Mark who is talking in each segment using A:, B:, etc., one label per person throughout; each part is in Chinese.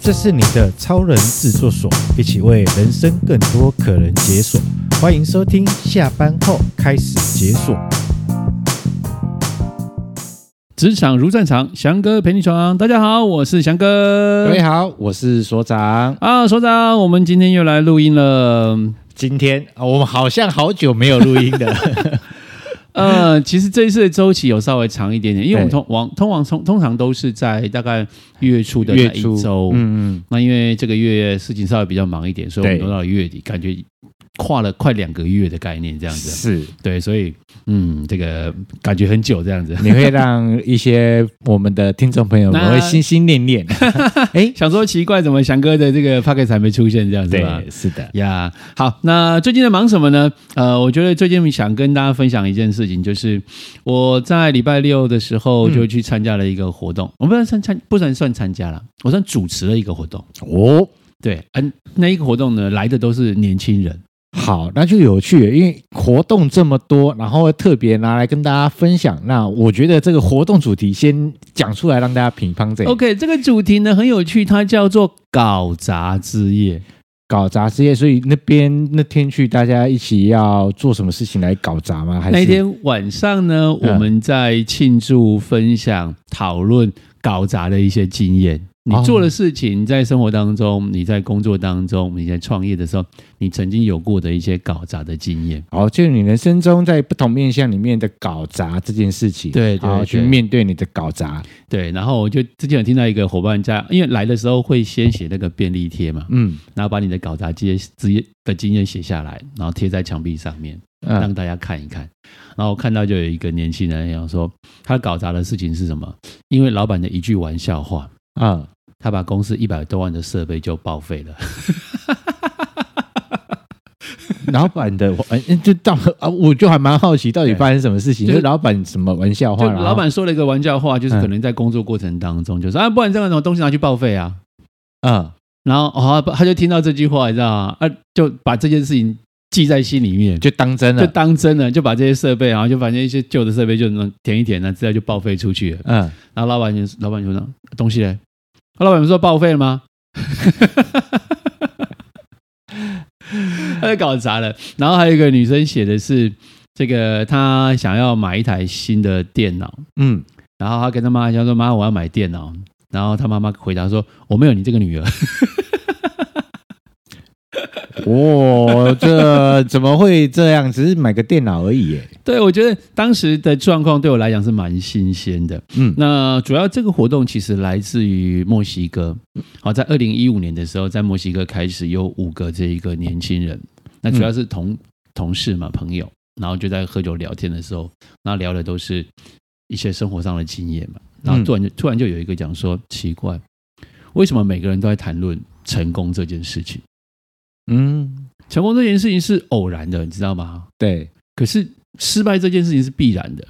A: 这是你的超人制作所，一起为人生更多可能解锁。欢迎收听，下班后开始解锁。
B: 职场如战场，翔哥陪你闯。大家好，我是翔哥。
A: 各位好，我是所长。
B: 啊，所长，我们今天又来录音了。
A: 今天啊我们好像好久没有录音 了，
B: 呃，其实这一次的周期有稍微长一点点，因为我们
A: 对
B: 通往通往通通常都是在大概月初的那一周。
A: 嗯
B: 那因为这个月事情稍微比较忙一点，所以我们
A: 对
B: 都到了月底，感觉跨了快两个月的概念这
A: 嗯，
B: 样子。
A: 是
B: 对，所以嗯，这个感觉很久 这样子。
A: 你会让一些我们的听众朋友
B: 那
A: 们会心心念 念。哎，
B: 想说奇怪，怎么翔哥的这个 p o c k e t 还没出现这样子吧？
A: 对，是的，
B: 呀好，那最近在忙什么呢？呃，我觉得最近想跟大家分享一件事情，就是我在礼拜六的时候就去参加了一个活动，我不算参参，不算算参加了，我算主持了一个活动。
A: 哦，
B: 对，嗯、那一个活动呢，来的都是年轻人。
A: 好，那就有趣了，因为活动这么多，然后特别拿来跟大家分享。那我觉得这个活动主题先讲出来，让大家评判这
B: OK，这个主题呢很有趣，它叫做“搞砸之夜
A: 搞砸事业，所以那边那天去，大家一起要做什么事情来搞砸吗？”。还
B: 那
A: 是
B: 一天晚上呢，
A: 嗯
B: 我们在庆祝、分享、讨论搞砸的一些经验。你
A: 哦
B: 做的事情，在生活当中，你在工作当中，你在创业的时候，你曾经有过的一些搞砸的经验。
A: 哦，就是你人生中在不同面向里面的搞砸这件事情，
B: 对对
A: 然后去
B: 对
A: 面对你的搞砸，
B: 对，然后我就之前有听到一个伙伴在，因为来的时候会先写那个便利贴嘛，
A: 嗯
B: 然后把你的啊搞砸经验的经验写下来，然后贴在墙壁上面。让
A: 嗯，
B: 大家看一看。然后我看到就有一个年轻人想说，他搞砸的事情是什么？因为老板的一句玩笑话，
A: 啊、
B: 他把公司一百多万的设备就报废 了。
A: 老板的，我嗯，就到啊，我就还蛮好奇，到底
B: 对
A: 发生什么事情？
B: 就
A: 就是是老板什么玩笑话？
B: 就
A: 哦然后
B: 老板说了一个玩笑话，就是
A: 嗯
B: 可能在工作过程当中，就说啊，不然这样什么东西拿去报废啊。
A: 嗯，
B: 然后哦，他就听到这句话，你知道吗？啊，就把这件事情记在心里面。
A: 就当真
B: 就
A: 了，
B: 当真了，就把这些设备，然后就反正一些旧的设备就能填一填，那资料就报废出去了。
A: 嗯，
B: 然后老板就老板就说东西嘞，啊老板不是说报废了吗？ 他就搞砸了。然后还有一个女生写的是这个，她想要买一台新的电脑，
A: 嗯，
B: 然后她跟她妈讲说：“妈，我要买电脑。”然后她妈妈回答说：“我没有你这个女儿。
A: 哦，这怎么会这样？只是买个电脑而已 耶，”
B: 对，我觉得当时的状况对我来讲是蛮新鲜的。
A: 嗯
B: 那主要这个活动其实来自于墨西哥。好，在二零一五年的时候，在墨西哥开始有五个这一个年轻人，那主要是同、同事嘛朋友，然后就在喝酒聊天的时候，那聊的都是一些生活上的经验嘛。然后突然就、突然就有一个讲说，奇怪，为什么每个人都在谈论成功这件事情？
A: 嗯，
B: 成功这件事情是偶然的，你知道吗？
A: 对，
B: 可是失败这件事情是必然的。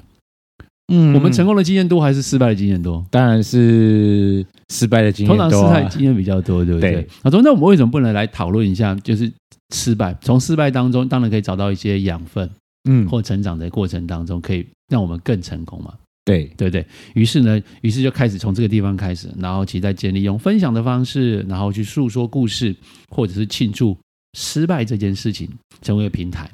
A: 嗯
B: 我们成功的经验多还是失败的经验多？
A: 当然是失败的经
B: 通
A: 验
B: 常失
A: 多
B: 败
A: 啊，
B: 经验比较多，对不对
A: 对？
B: 他说：“那我们为什么不能来讨论一下？就是失败，从失败当中当然可以找到一些养分，
A: 嗯，
B: 或成长的过程当中可以让我们更成功嘛，
A: 对，
B: 对不对？于是呢，于是就开始从这个地方开始，然后期待建立用分享的方式，然后去诉说故事，或者是庆祝失败这件事情，成为一个平台。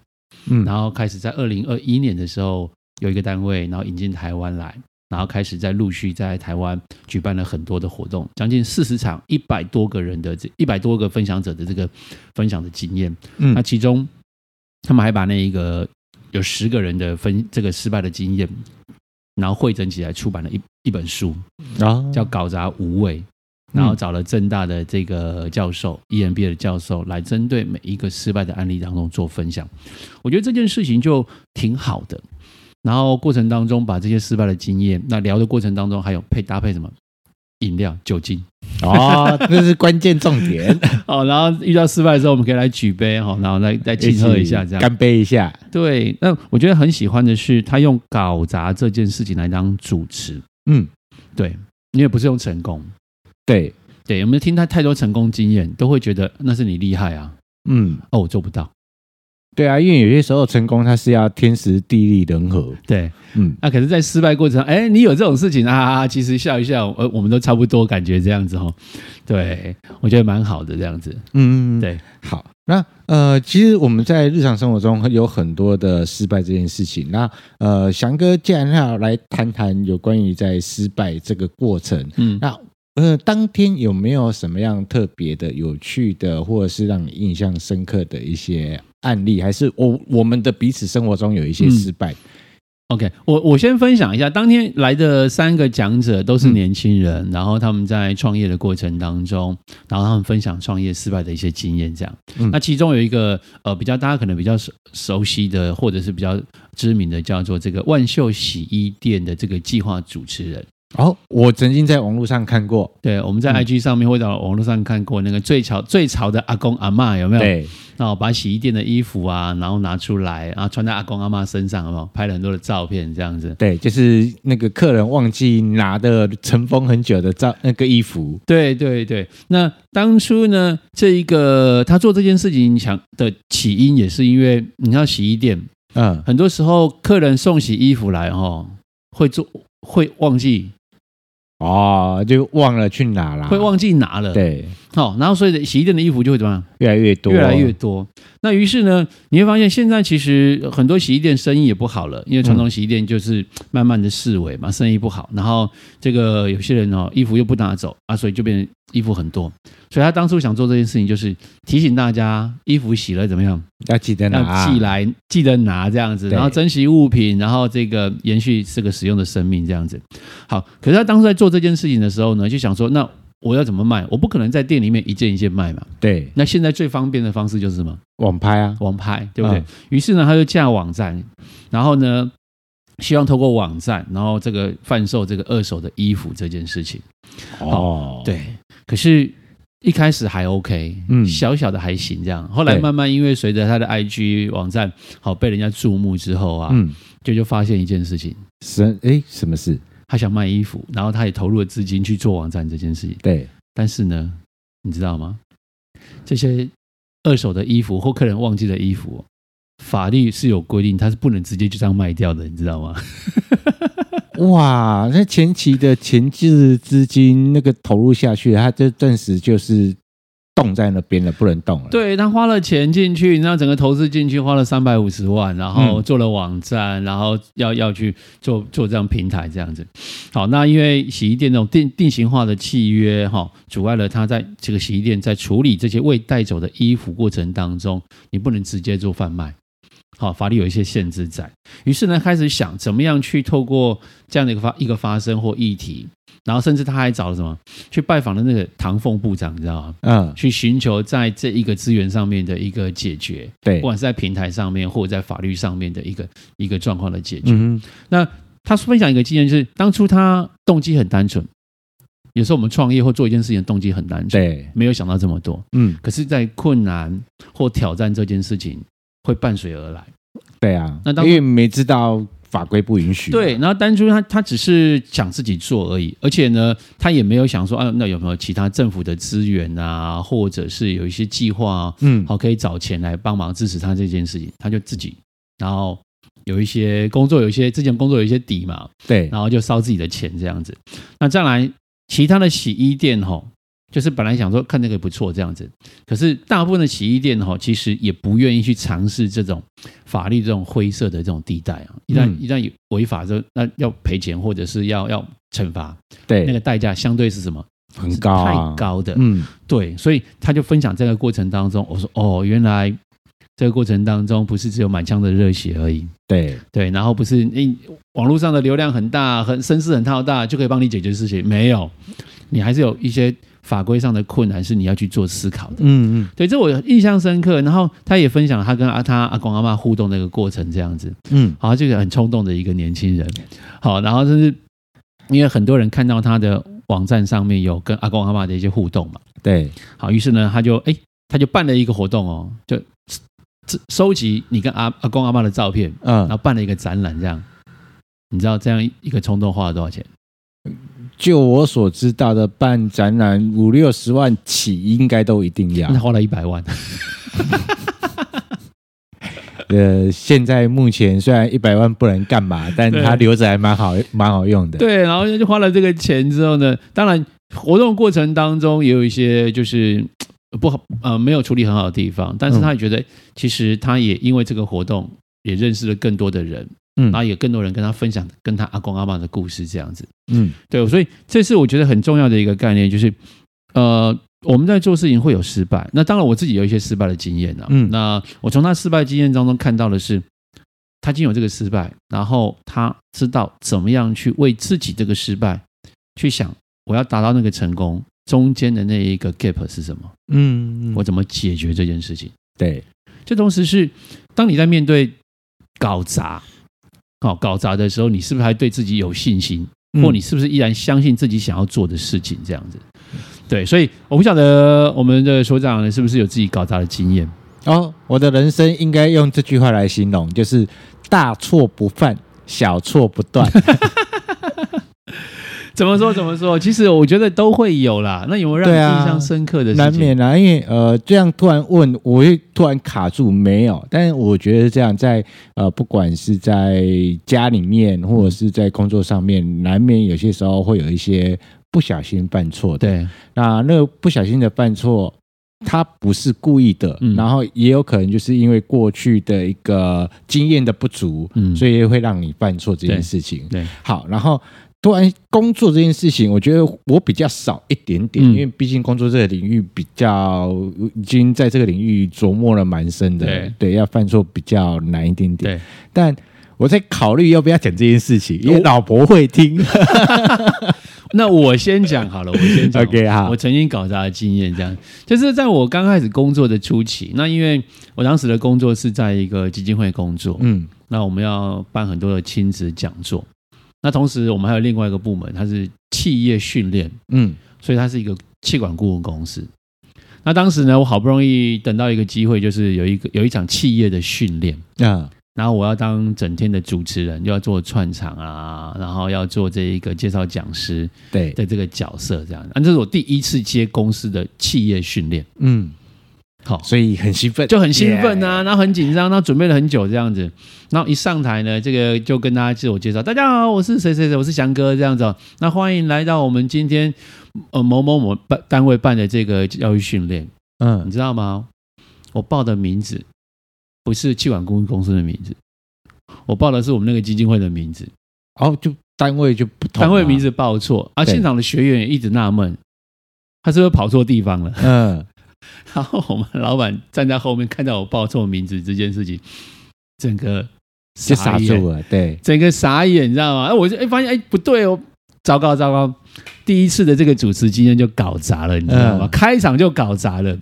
A: 嗯，
B: 然后开始在二零二一年的时候，有一个单位，然后引进台湾来，然后开始在陆续在台湾举办了很多的活动，将近四十场，一百多个人的这一百多个分享者的这个分享的经验。
A: 嗯
B: 那其中，他们还把那一个有十个人的分这个失败的经验，然后汇整起来出版了一一本书，
A: 然后
B: 叫《搞砸无畏》。然后找了正大的这个教授、EMBA 的教授来针对每一个失败的案例当中做分享，我觉得这件事情就挺好的。然后过程当中把这些失败的经验，那聊的过程当中还有配搭配什么饮料、酒精
A: 哦，那是关键重点，
B: 哦，然后遇到失败的时候我们可以来举杯哈、哦，然后来再庆贺一下
A: 起
B: 这样。
A: 哎干杯一下，
B: 对，那我觉得很喜欢的是他用搞砸这件事情来当主持，
A: 嗯，
B: 对，因为不是用成功，
A: 对，
B: 对，我们听他太多成功经验，都会觉得那是你厉害啊，
A: 嗯，
B: 哦，我做不到，
A: 对啊，因为有些时候成功它是要天时地利人和，
B: 对，啊
A: 嗯，
B: 那、可是，在失败过程中，哎，你有这种事情啊，其实笑一笑，呃，我们都差不多，感觉这样子哈、哦。对，我觉得蛮好的这样子。
A: 嗯，
B: 对，
A: 好，那呃，其实我们在日常生活中有很多的失败这件事情。那呃，翔哥既然要来谈谈有关于在失败这个过程，
B: 嗯，
A: 那呃，当天有没有什么样特别的、有趣的，或者是让你印象深刻的一些案例？还是我我们的彼此生活中有一些失败？
B: OK，我我先分享一下，当天来的三个讲者都
A: 嗯
B: 是年轻人，然后他们在创业的过程当中，然后他们分享创业失败的一些经验，这样。
A: 嗯
B: 那其中有一个呃比较大家可能比较熟熟悉的，或者是比较知名的，叫做这个万秀洗衣店的这个计划主持人。
A: 哦，我曾经在网络上看过，
B: 对，我们在
A: 嗯
B: IG 上面或者网络上看过那个最潮最潮的阿公阿嬷有没有？
A: 对，
B: 那我把洗衣店的衣服啊，然后拿出来，然后穿在阿公阿嬷身上，有没有拍了很多的照片这样子？
A: 对，就是那个客人忘记拿的尘封很久的照那个衣服，
B: 对对对，那当初呢，这一个他做这件事情想的起因，也是因为你看洗衣店，
A: 嗯，
B: 很多时候客人送洗衣服来哦，会做会忘记，
A: 哦，就忘了去拿啦，
B: 会忘记拿了，，
A: 啊对，
B: 哦，然后所以洗衣店的衣服就会怎么样，
A: 越来越多，
B: 越来越多。那于是呢，你会发现现在其实很多洗衣店生意也不好了，因为传统洗衣店就是慢慢的式微
A: 嗯
B: 嘛，生意不好。然后这个有些人哦，衣服又不拿走啊，所以就变成衣服很多。所以他当初想做这件事情，就是提醒大家衣服洗了怎么样，
A: 要记得拿，
B: 要寄来记得拿这样子，
A: 对
B: 然后珍惜物品，然后这个延续这个使用的生命这样子。好，可是他当初在做这件事情的时候呢，就想说那。我要怎么卖？我不可能在店里面一件一件卖嘛。
A: 对，
B: 那现在最方便的方式就是什么？
A: 网拍啊，
B: 网拍，对不对
A: 嗯？
B: 于、是呢，他就架网站，然后呢，希望透过网站，然后这个贩售这个二手的衣服这件事情。
A: 哦，
B: 对，可是一开始还 OK，
A: 嗯
B: 小小的还行这样。后来
A: 对
B: 慢慢因为随着他的 IG 网站好被人家注目之后啊，
A: 嗯，
B: 就就发现一件事情，
A: 什哎什么事？
B: 他想卖衣服，然后他也投入了资金去做网站这件事情，
A: 对，
B: 但是呢，你知道吗？这些二手的衣服或客人忘记的衣服哦、法律是有规定，它是不能直接就这样卖掉的，你知道吗？
A: 哇，那前期的前置资金那个投入下去，它就顿时就是冻在那边了，不能动了。，
B: 对他花了钱进去，然后整个投资进去花了三百五十万，然后
A: 嗯
B: 做了网站，然后要要去做做这样平台这样子。好，那因为洗衣店那种定定型化的契约哈、阻碍了他在这个洗衣店在处理这些未带走的衣服过程当中，你不能直接做贩卖。好，法律有一些限制在，于是呢，开始想怎么样去透过这样的一个发一个发生或议题，然后甚至他还找了什么去拜访了那个唐凤部长，你知道吗？
A: 嗯，
B: 去寻求在这一个资源上面的一个解决，
A: 对
B: 不，管是在平台上面或者在法律上面的一个一个状况的解决。
A: 嗯哼，
B: 他分享一个经验，就是当初他动机很单纯，有时候我们创业或做一件事情的动机很单纯，
A: 对，
B: 没有想到这么多。
A: 嗯，
B: 可是，在困难或挑战这件事情会伴随而来。
A: 对啊，
B: 那当
A: 因为没知道法规不允许。
B: 对，，然后当初他他只是想自己做而已，而且呢，他也没有想说，啊，那有没有其他政府的资源啊，或者是有一些计划啊，
A: 嗯，
B: 好可以找钱来帮忙支持他这件事情，他就自己，然后有一些工作，有一些之前工作有一些底嘛，
A: 对，
B: 然后就烧自己的钱这样子。那再来其他的洗衣店吼，就是本来想说看这个不错这样子，可是大部分的洗衣店吼，其实也不愿意去尝试这种法律这种灰色的这种地带啊，一旦、
A: 嗯
B: 一旦有违法之后，那要赔钱或者是要要惩罚，那
A: 对，
B: 个代价相对是什么？
A: 很高啊，
B: 太，高的，
A: 嗯，
B: 对，所以他就分享这个过程当中，我说哦，原来这个过程当中不是只有满腔的热血而已，
A: 对，
B: 对，然后不是诶、网络上的流量很大、很声势很浩大就可以帮你解决事情，没有，你还是有一些法规上的困难是你要去做思考的。
A: 嗯嗯
B: 对，这我印象深刻。然后他也分享他跟阿他阿公阿妈互动的一个过程，这样子。
A: 嗯，
B: 好，这个很冲动的一个年轻人。好，然后就是因为很多人看到他的网站上面有跟阿公阿妈的一些互动嘛。
A: 对，
B: 好，于是呢，他就哎、他就办了一个活动哦，就收收集你跟阿阿公阿妈的照片，然
A: 嗯，
B: 后办了一个展览，这样。你知道这样一个冲动花了多少钱？
A: 就我所知道的，办展览五六十
B: 啊
A: 万起，应该都一定要
B: 那。花了一百万。
A: 呃，现在目前虽然一百万不能干嘛，但
B: 对
A: 它留着还蛮好，蛮好用的。
B: 对，然后就花了这个钱之后呢，当然活动过程当中也有一些就是呃不好呃没有处理很好的地方，但是他也觉得、其实他也因为这个活动也认识了更多的人，
A: 嗯
B: 然后也更多人跟他分享跟他阿公阿嬷的故事这样子。
A: 嗯
B: 对，所以这是我觉得很重要的一个概念，就是呃。我们在做事情会有失败，那当然我自己有一些失败的经验啊。
A: 嗯
B: 那我从他失败经验当中看到的是，他经有这个失败，然后他知道怎么样去为自己这个失败去想，我要达到那个成功中间的那一个 gap 是什么，
A: 嗯，
B: 我怎么解决这件事情。
A: 对，
B: 这同时是，当你在面对搞砸，哦搞砸的时候，你是不是还对自己有信心？
A: 嗯
B: 或你是不是依然相信自己想要做的事情这样子。对，所以我不晓得我们的所长是不是有自己搞砸的经验。
A: 哦，我的人生应该用这句话来形容，就是大错不犯，小错不断。
B: 怎么说？怎么说？其实我觉得都会有啦。那有没有让你
A: 对啊
B: 印象深刻的事情？
A: 难免啦、因为呃，这样突然问，我会突然卡住，没有。但是我觉得这样在呃，不管是在家里面或者是在工作上面，难免有些时候会有一些不小心犯错的。
B: 对，
A: 那那个不小心的犯错，他不是故意的，
B: 嗯
A: 然后也有可能就是因为过去的一个经验的不足，
B: 嗯
A: 所以会让你犯错这件事情。
B: 对，
A: 好，然后突然工作这件事情，我觉得我比较少一点点，
B: 嗯
A: 因为毕竟工作这个领域比较已经在这个领域琢磨了蛮深的，
B: 对
A: 要犯错比较难一点点。
B: 对，哦
A: 但我在考虑要不要讲这件事情，因为
B: 我
A: 老婆会 听。
B: 那我先讲好了，我先 讲。
A: OK，好
B: 我曾经搞砸的经验，这样就是在我刚开始工作的初期，那因为我当时的工作是在一个基金会工作，
A: 嗯
B: 那我们要办很多的亲子讲座，那同时我们还有另外一个部门，它是企业训练，
A: 嗯
B: 所以它是一个气管顾问公司。那当时呢，我好不容易等到一个机会，就是有一个有一场企业的训练，
A: 啊
B: 然后我要当整天的主持人，又要做串场啊，然后要做这一个介绍讲师
A: 对，
B: 的这个角色，这样。啊，这是我第一次接公司的企业训练，
A: 嗯，
B: 好，
A: 所以很兴奋，
B: 就很兴奋啊
A: Yeah
B: 然后很紧张，然后准备了很久这样子，然后一上台呢，这个就跟大家自我介绍，大家好，我是谁谁谁，我是翔哥这样子、哦，那欢迎来到我们今天呃某某某办单位办的这个教育训练，你
A: 嗯，
B: 知道吗？我报的名字不是气管公公司的名字，我报的是我们那个基金会的名字，
A: 然后哦就单位就不同啊
B: 单位名，字报错，而、
A: 对
B: 现场的学员也一直纳闷，他是不是跑错地方了？
A: 嗯，
B: 然后我们老板站在后面看到我报错名字这件事情，整个
A: 就傻
B: 眼
A: 住了，对，
B: 整个傻眼，你知道吗？哎，我就哎发现哎不对哦，糟糕糟糕，第一次的这个主持经验就搞砸了，你知道吗？
A: 嗯
B: 开场就搞砸了。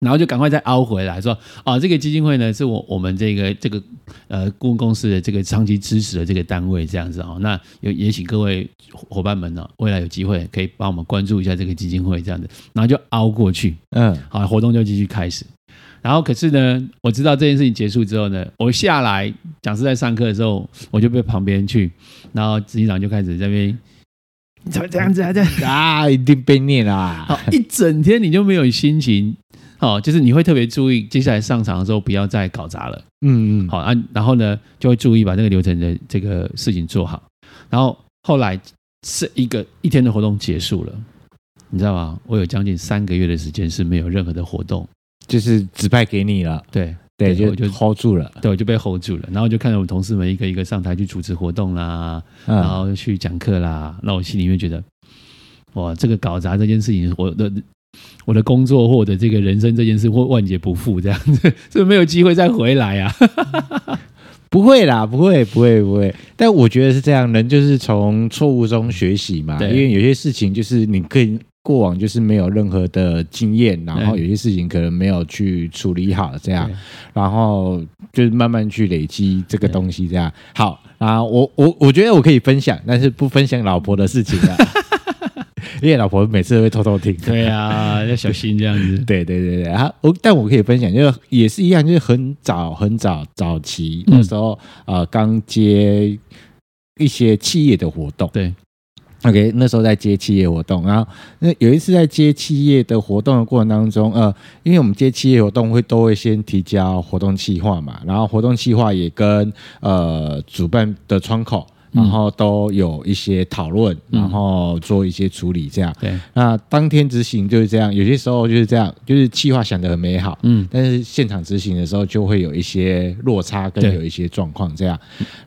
B: 然后就赶快再凹回来说，啊，这个基金会呢是我我们这个这个呃顾问公司的这个长期支持的这个单位这样子哦，那有也请各位伙伴们呢、哦，未来有机会可以帮我们关注一下这个基金会这样子，然后就凹过去，
A: 嗯
B: 好，活动就继续开始。然后可是呢，我知道这件事情结束之后呢，我下来讲师在上课的时候，我就被旁边去，然后执行长就开始在那边，你怎么这样子啊？这样
A: 啊，一定被念啦，
B: 好，一整天你就没有心情。好，就是你会特别注意，接下来上场的时候不要再搞砸了。
A: 嗯嗯，
B: 好啊，然后呢就会注意把这个流程的这个事情做好。然后后来是一个一天的活动结束了，你知道吗？我有将近三个月的时间是没有任何的活动。
A: 就是指派给你了，
B: 对，
A: 对，
B: 对
A: 就
B: 我就
A: hold 住了，
B: 对，我就被 hold 住了。然后就看着我们同事们一个一个上台去主持活动啦，然
A: 嗯，
B: 后去讲课啦。那我心里面觉得，哇，这个搞砸这件事情，我的我的工作或我的这个人生这件事会万劫不复，这样子， 所以没有机会再回来啊。
A: 不会啦，不会，不会，不会。但我觉得是这样，人就是从错误中学习嘛，
B: 对
A: 因为有些事情就是你可以。过往就是没有任何的经验，然后
B: 对
A: 有些事情可能没有去处理好，这样
B: 对，
A: 然后就是慢慢去累积这个东西，这样好。然后我我我觉得我可以分享，但是不分享老婆的事情了，啊 因为老婆每次都会偷偷听。
B: 对啊，要小心这样子。
A: 对对对对，啊，我但我可以分享，就是也是一样，就是很早很早早期
B: 嗯
A: 那时候，呃，刚接一些企业的活动，
B: 对，
A: OK，那时候在接企业活动，然后那有一次在接企业的活动的过程当中，呃，因为我们接企业活动会都会先提交活动计划嘛，然后活动计划也跟呃主办的窗口，然后都有一些讨论，
B: 嗯
A: 然后做一些处理这样。
B: 对，
A: 嗯那当天执行就是这样，有些时候就是这样，就是计划想得很美好，
B: 嗯，
A: 但是现场执行的时候就会有一些落差跟
B: 对
A: 有一些状况这样。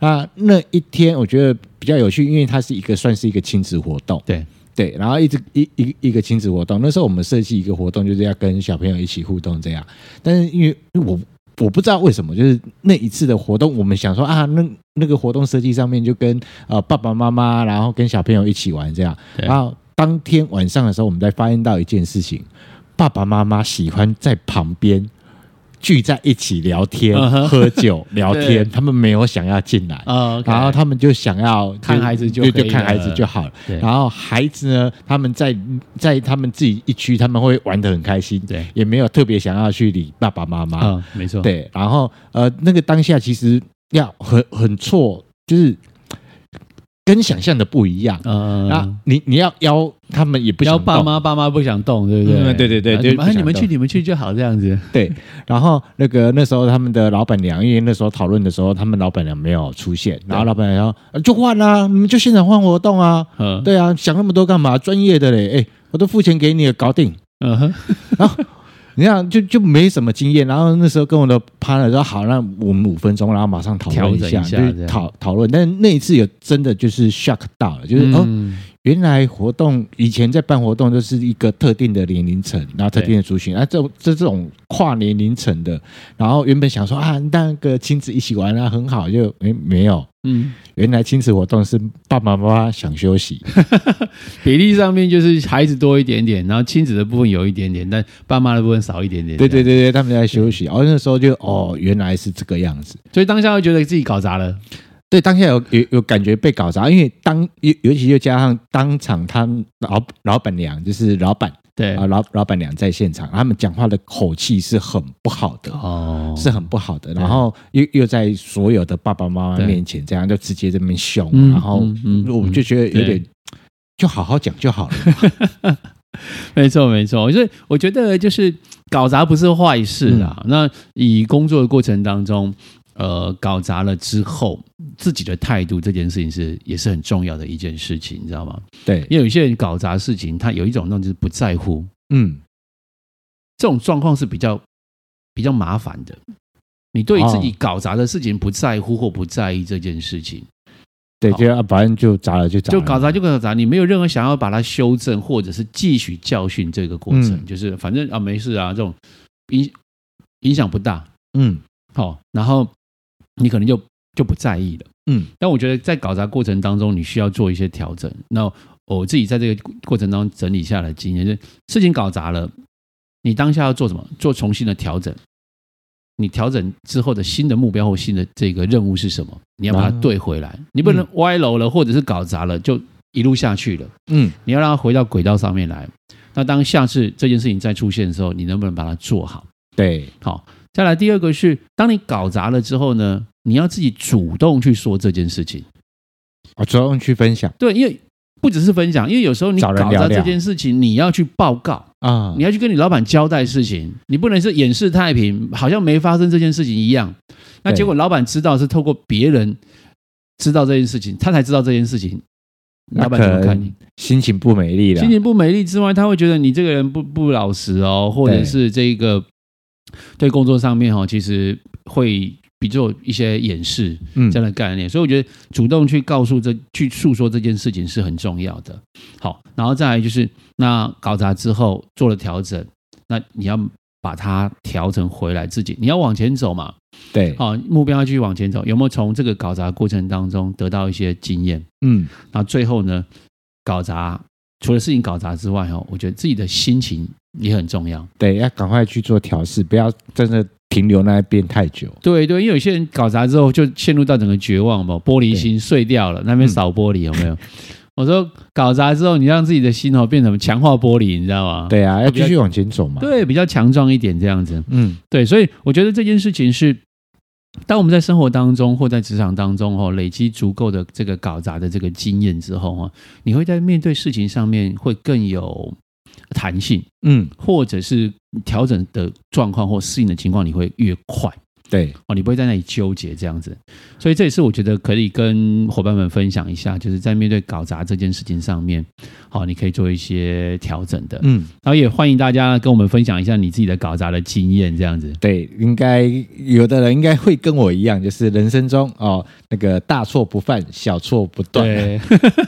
A: 那那一天我觉得比较有趣，因为它是一个算是一个亲子活动，
B: 对，
A: 对，然后一直一一一个亲子活动。那时候我们设计一个活动，就是要跟小朋友一起互动这样。但是因为因为我我不知道为什么，就是那一次的活动，我们想说啊，那那个活动设计上面就跟呃爸爸妈妈，然后跟小朋友一起玩这样。
B: 对
A: 然后当天晚上的时候，我们才发现到一件事情：爸爸妈妈喜欢在旁边。聚在一起聊天、
B: 嗯哼
A: 喝 酒、聊
B: 对
A: 天，他们没有想要进来，
B: 啊，OK，
A: 然后他们就想要就
B: 看孩子就
A: 就
B: 可以
A: 就看孩子
B: 了
A: 就好了。
B: 对
A: 然后孩子呢，他们在在他们自己一区，他们会玩得很开心，
B: 对
A: 也没有特别想要去理爸爸妈妈。
B: 啊，没错，
A: 对，然后呃，那个当下其实要很很错，就是跟想象的不一样。
B: 呃，
A: 然后你你要邀他们也不想
B: 要爸
A: 动
B: 妈，爸妈不想动，对不对？
A: 嗯对对对
B: 啊
A: 就
B: 你们
A: 不
B: 啊
A: 想
B: 你们
A: 动
B: 去，你们去就好，这样子。
A: 对，然后那个那时候他们的老板娘，因为那时候讨论的时候，他们老板娘没有出现，然后老板娘说、呃就换啦、你们就现场换活动啊，
B: 嗯，
A: 对啊，想那么多干嘛？专业的嘞，哎，我都付钱给你了，搞定。
B: 嗯哼，
A: 你看，就就没什么经验，然后那时候跟我的 partner 说好，那我们五分钟，然后马上讨论下，
B: 调整一下
A: 就是讨讨论。但那一次有真的就是 shock 到了，就是、哦，
B: 嗯
A: 原来活动以前在办活动就是一个特定的年龄层，然后特定的族群，啊，这种这这种跨年龄层的，然后原本想说啊，那个亲子一起玩啊，很好，就没没有，
B: 嗯，
A: 原来亲子活动是爸爸妈妈想休息，
B: 比例上面就是孩子多一点点，然后亲子的部分有一点点，但爸妈的部分少一点点。
A: 对对
B: 对，
A: 对对，他们在休息，哦，那时候就哦，原来是这个样子。
B: 所以当下会觉得自己搞砸了。
A: 对，当下有有有感觉被搞砸，因为当尤尤其又加上当场他老老板娘就是老板
B: 对
A: 啊、，老老板娘在现场，他们讲话的口气是很不好的，
B: 哦，
A: 是啊很不好的。然后又又在所有的爸爸妈妈
B: 对
A: 面前这样就直接这么凶，
B: 嗯
A: 然后
B: 嗯嗯嗯
A: 我就觉得有点
B: 对
A: 就好好讲就好了。
B: 没错没错，所以我觉得就是搞砸不是坏事啦。
A: 嗯
B: 那以工作的过程当中，呃，搞砸了之后，自己的态度这件事情是也是很重要的一件事情，你知道吗？
A: 对，
B: 因为有些人搞砸事情，他有一种那种就是不在乎，
A: 嗯，
B: 这种状况是比较比较麻烦的。你对于自己
A: 哦
B: 搞砸的事情不在乎或不在意这件事情，
A: 对，
B: 好
A: 就啊反正就砸了就砸了，
B: 就搞砸就搞砸，你没有任何想要把它修正或者是继续教训这个过程，
A: 嗯
B: 就是反正啊没事啊，这种影影响不大，
A: 嗯
B: 好、然后你可能就就不在意了。
A: 嗯，
B: 但我觉得在搞砸过程当中，你需要做一些调整。那我自己在这个过程当中整理下来的经验，就是事情搞砸了，你当下要做什么？做重新的调整。你调整之后的新的目标或新的这个任务是什么？你要把它
A: 啊
B: 对回来，你不能歪楼了，或者是搞砸了就一路下去了。
A: 嗯
B: 你要让它回到轨道上面来。那当下次这件事情再出现的时候，你能不能把它做好？
A: 对，
B: 好，再来第二个是，当你搞砸了之后呢，你要自己主动去说这件事情。
A: 我哦主动去分享
B: 对，因为不只是分享，因为有时候你
A: 找
B: 搞
A: 人
B: 砸
A: 聊聊
B: 这件事情，你要去报告，
A: 啊
B: 你，要去跟你老板交代事情，你不能是掩饰太平，好像没发生这件事情一样。那
A: 对
B: 结果老板知道是透过别人知道这件事情，他才知道这件事情，
A: 那啊
B: 老板怎么
A: 可
B: 看
A: 能
B: 你？
A: 心情不美丽了
B: 心，情不美丽之外，他会觉得你这个人不不老实哦，或者
A: 对
B: 是这个对工作上面哈、哦，其实会比做一些掩饰
A: 嗯
B: 这样的概念。所以我觉得主动去告诉这去诉说这件事情是很重要的。好，然后再来就是那搞砸之后做了调整，那你要把它调整回来自己，你要往前走嘛，
A: 对，
B: 好、目标要继续往前走，有没有从这个搞砸过程当中得到一些经验？
A: 嗯
B: 那最后呢，搞砸除了事情搞砸之外，哦，我觉得自己的心情也很重要。
A: 对，要赶快去做调试，不要真的停留那边太久。
B: 对对，因为有些人搞砸之后就陷入到整个绝望嘛，玻璃心碎掉了，那边扫玻璃有没有？ 我说搞砸之后，你让自己的心哦变成强化玻璃，你知道吗？
A: 对啊，要
B: 比较
A: 继续往前走嘛。
B: 对，比较强壮一点这样子。
A: 嗯，
B: 对，所以我觉得这件事情是当我们在生活当中或在职场当中哦，累积足够的这个搞砸的这个经验之后哦，你会在面对事情上面会更有弹性，
A: 嗯，
B: 或者是调整的状况或适应的情况，你会越快。
A: 对，
B: 哦，你不会在那里纠结这样子。所以这也是我觉得可以跟伙伴们分享一下，就是在面对搞砸这件事情上面，好、你可以做一些调整的。
A: 嗯，
B: 然后也欢迎大家跟我们分享一下你自己的搞砸的经验，这样子。
A: 对，应该有的人应该会跟我一样，就是人生中哦，那个大错不犯，小错不断。
B: 对，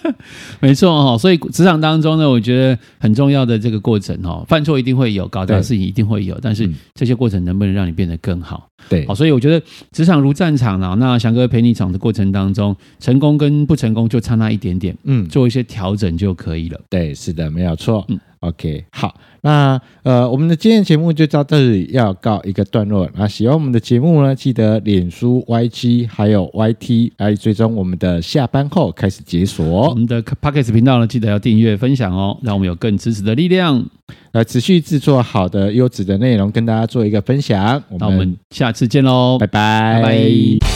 B: 没错哦。所以职场当中呢，我觉得很重要的这个过程哦，犯错一定会有，搞砸
A: 对
B: 的事情一定会有，但是
A: 嗯
B: 这些过程能不能让你变得更好？
A: 对
B: 好，所以我觉得职场如战场呢，那翔哥陪你闯的过程当中，成功跟不成功就差那一点点，
A: 嗯，
B: 做一些调整就可以了。
A: 对，是的，没有错。
B: 嗯
A: OK，好，那呃，我们的今天的节目就到这里，要告一个段落。那喜欢我们的节目呢，记得脸书、YG 还有 YT 来追踪我们的下班后开始解
B: 我
A: 锁，哦
B: 们的 p o c k e t 频道呢，记得要订阅、分享哦，让我们有更支持的力量。
A: 呃，持续制作好的优质的内容跟大家做一个分享。我
B: 那
A: 们
B: 我们下次见喽，
A: 拜拜
B: 拜拜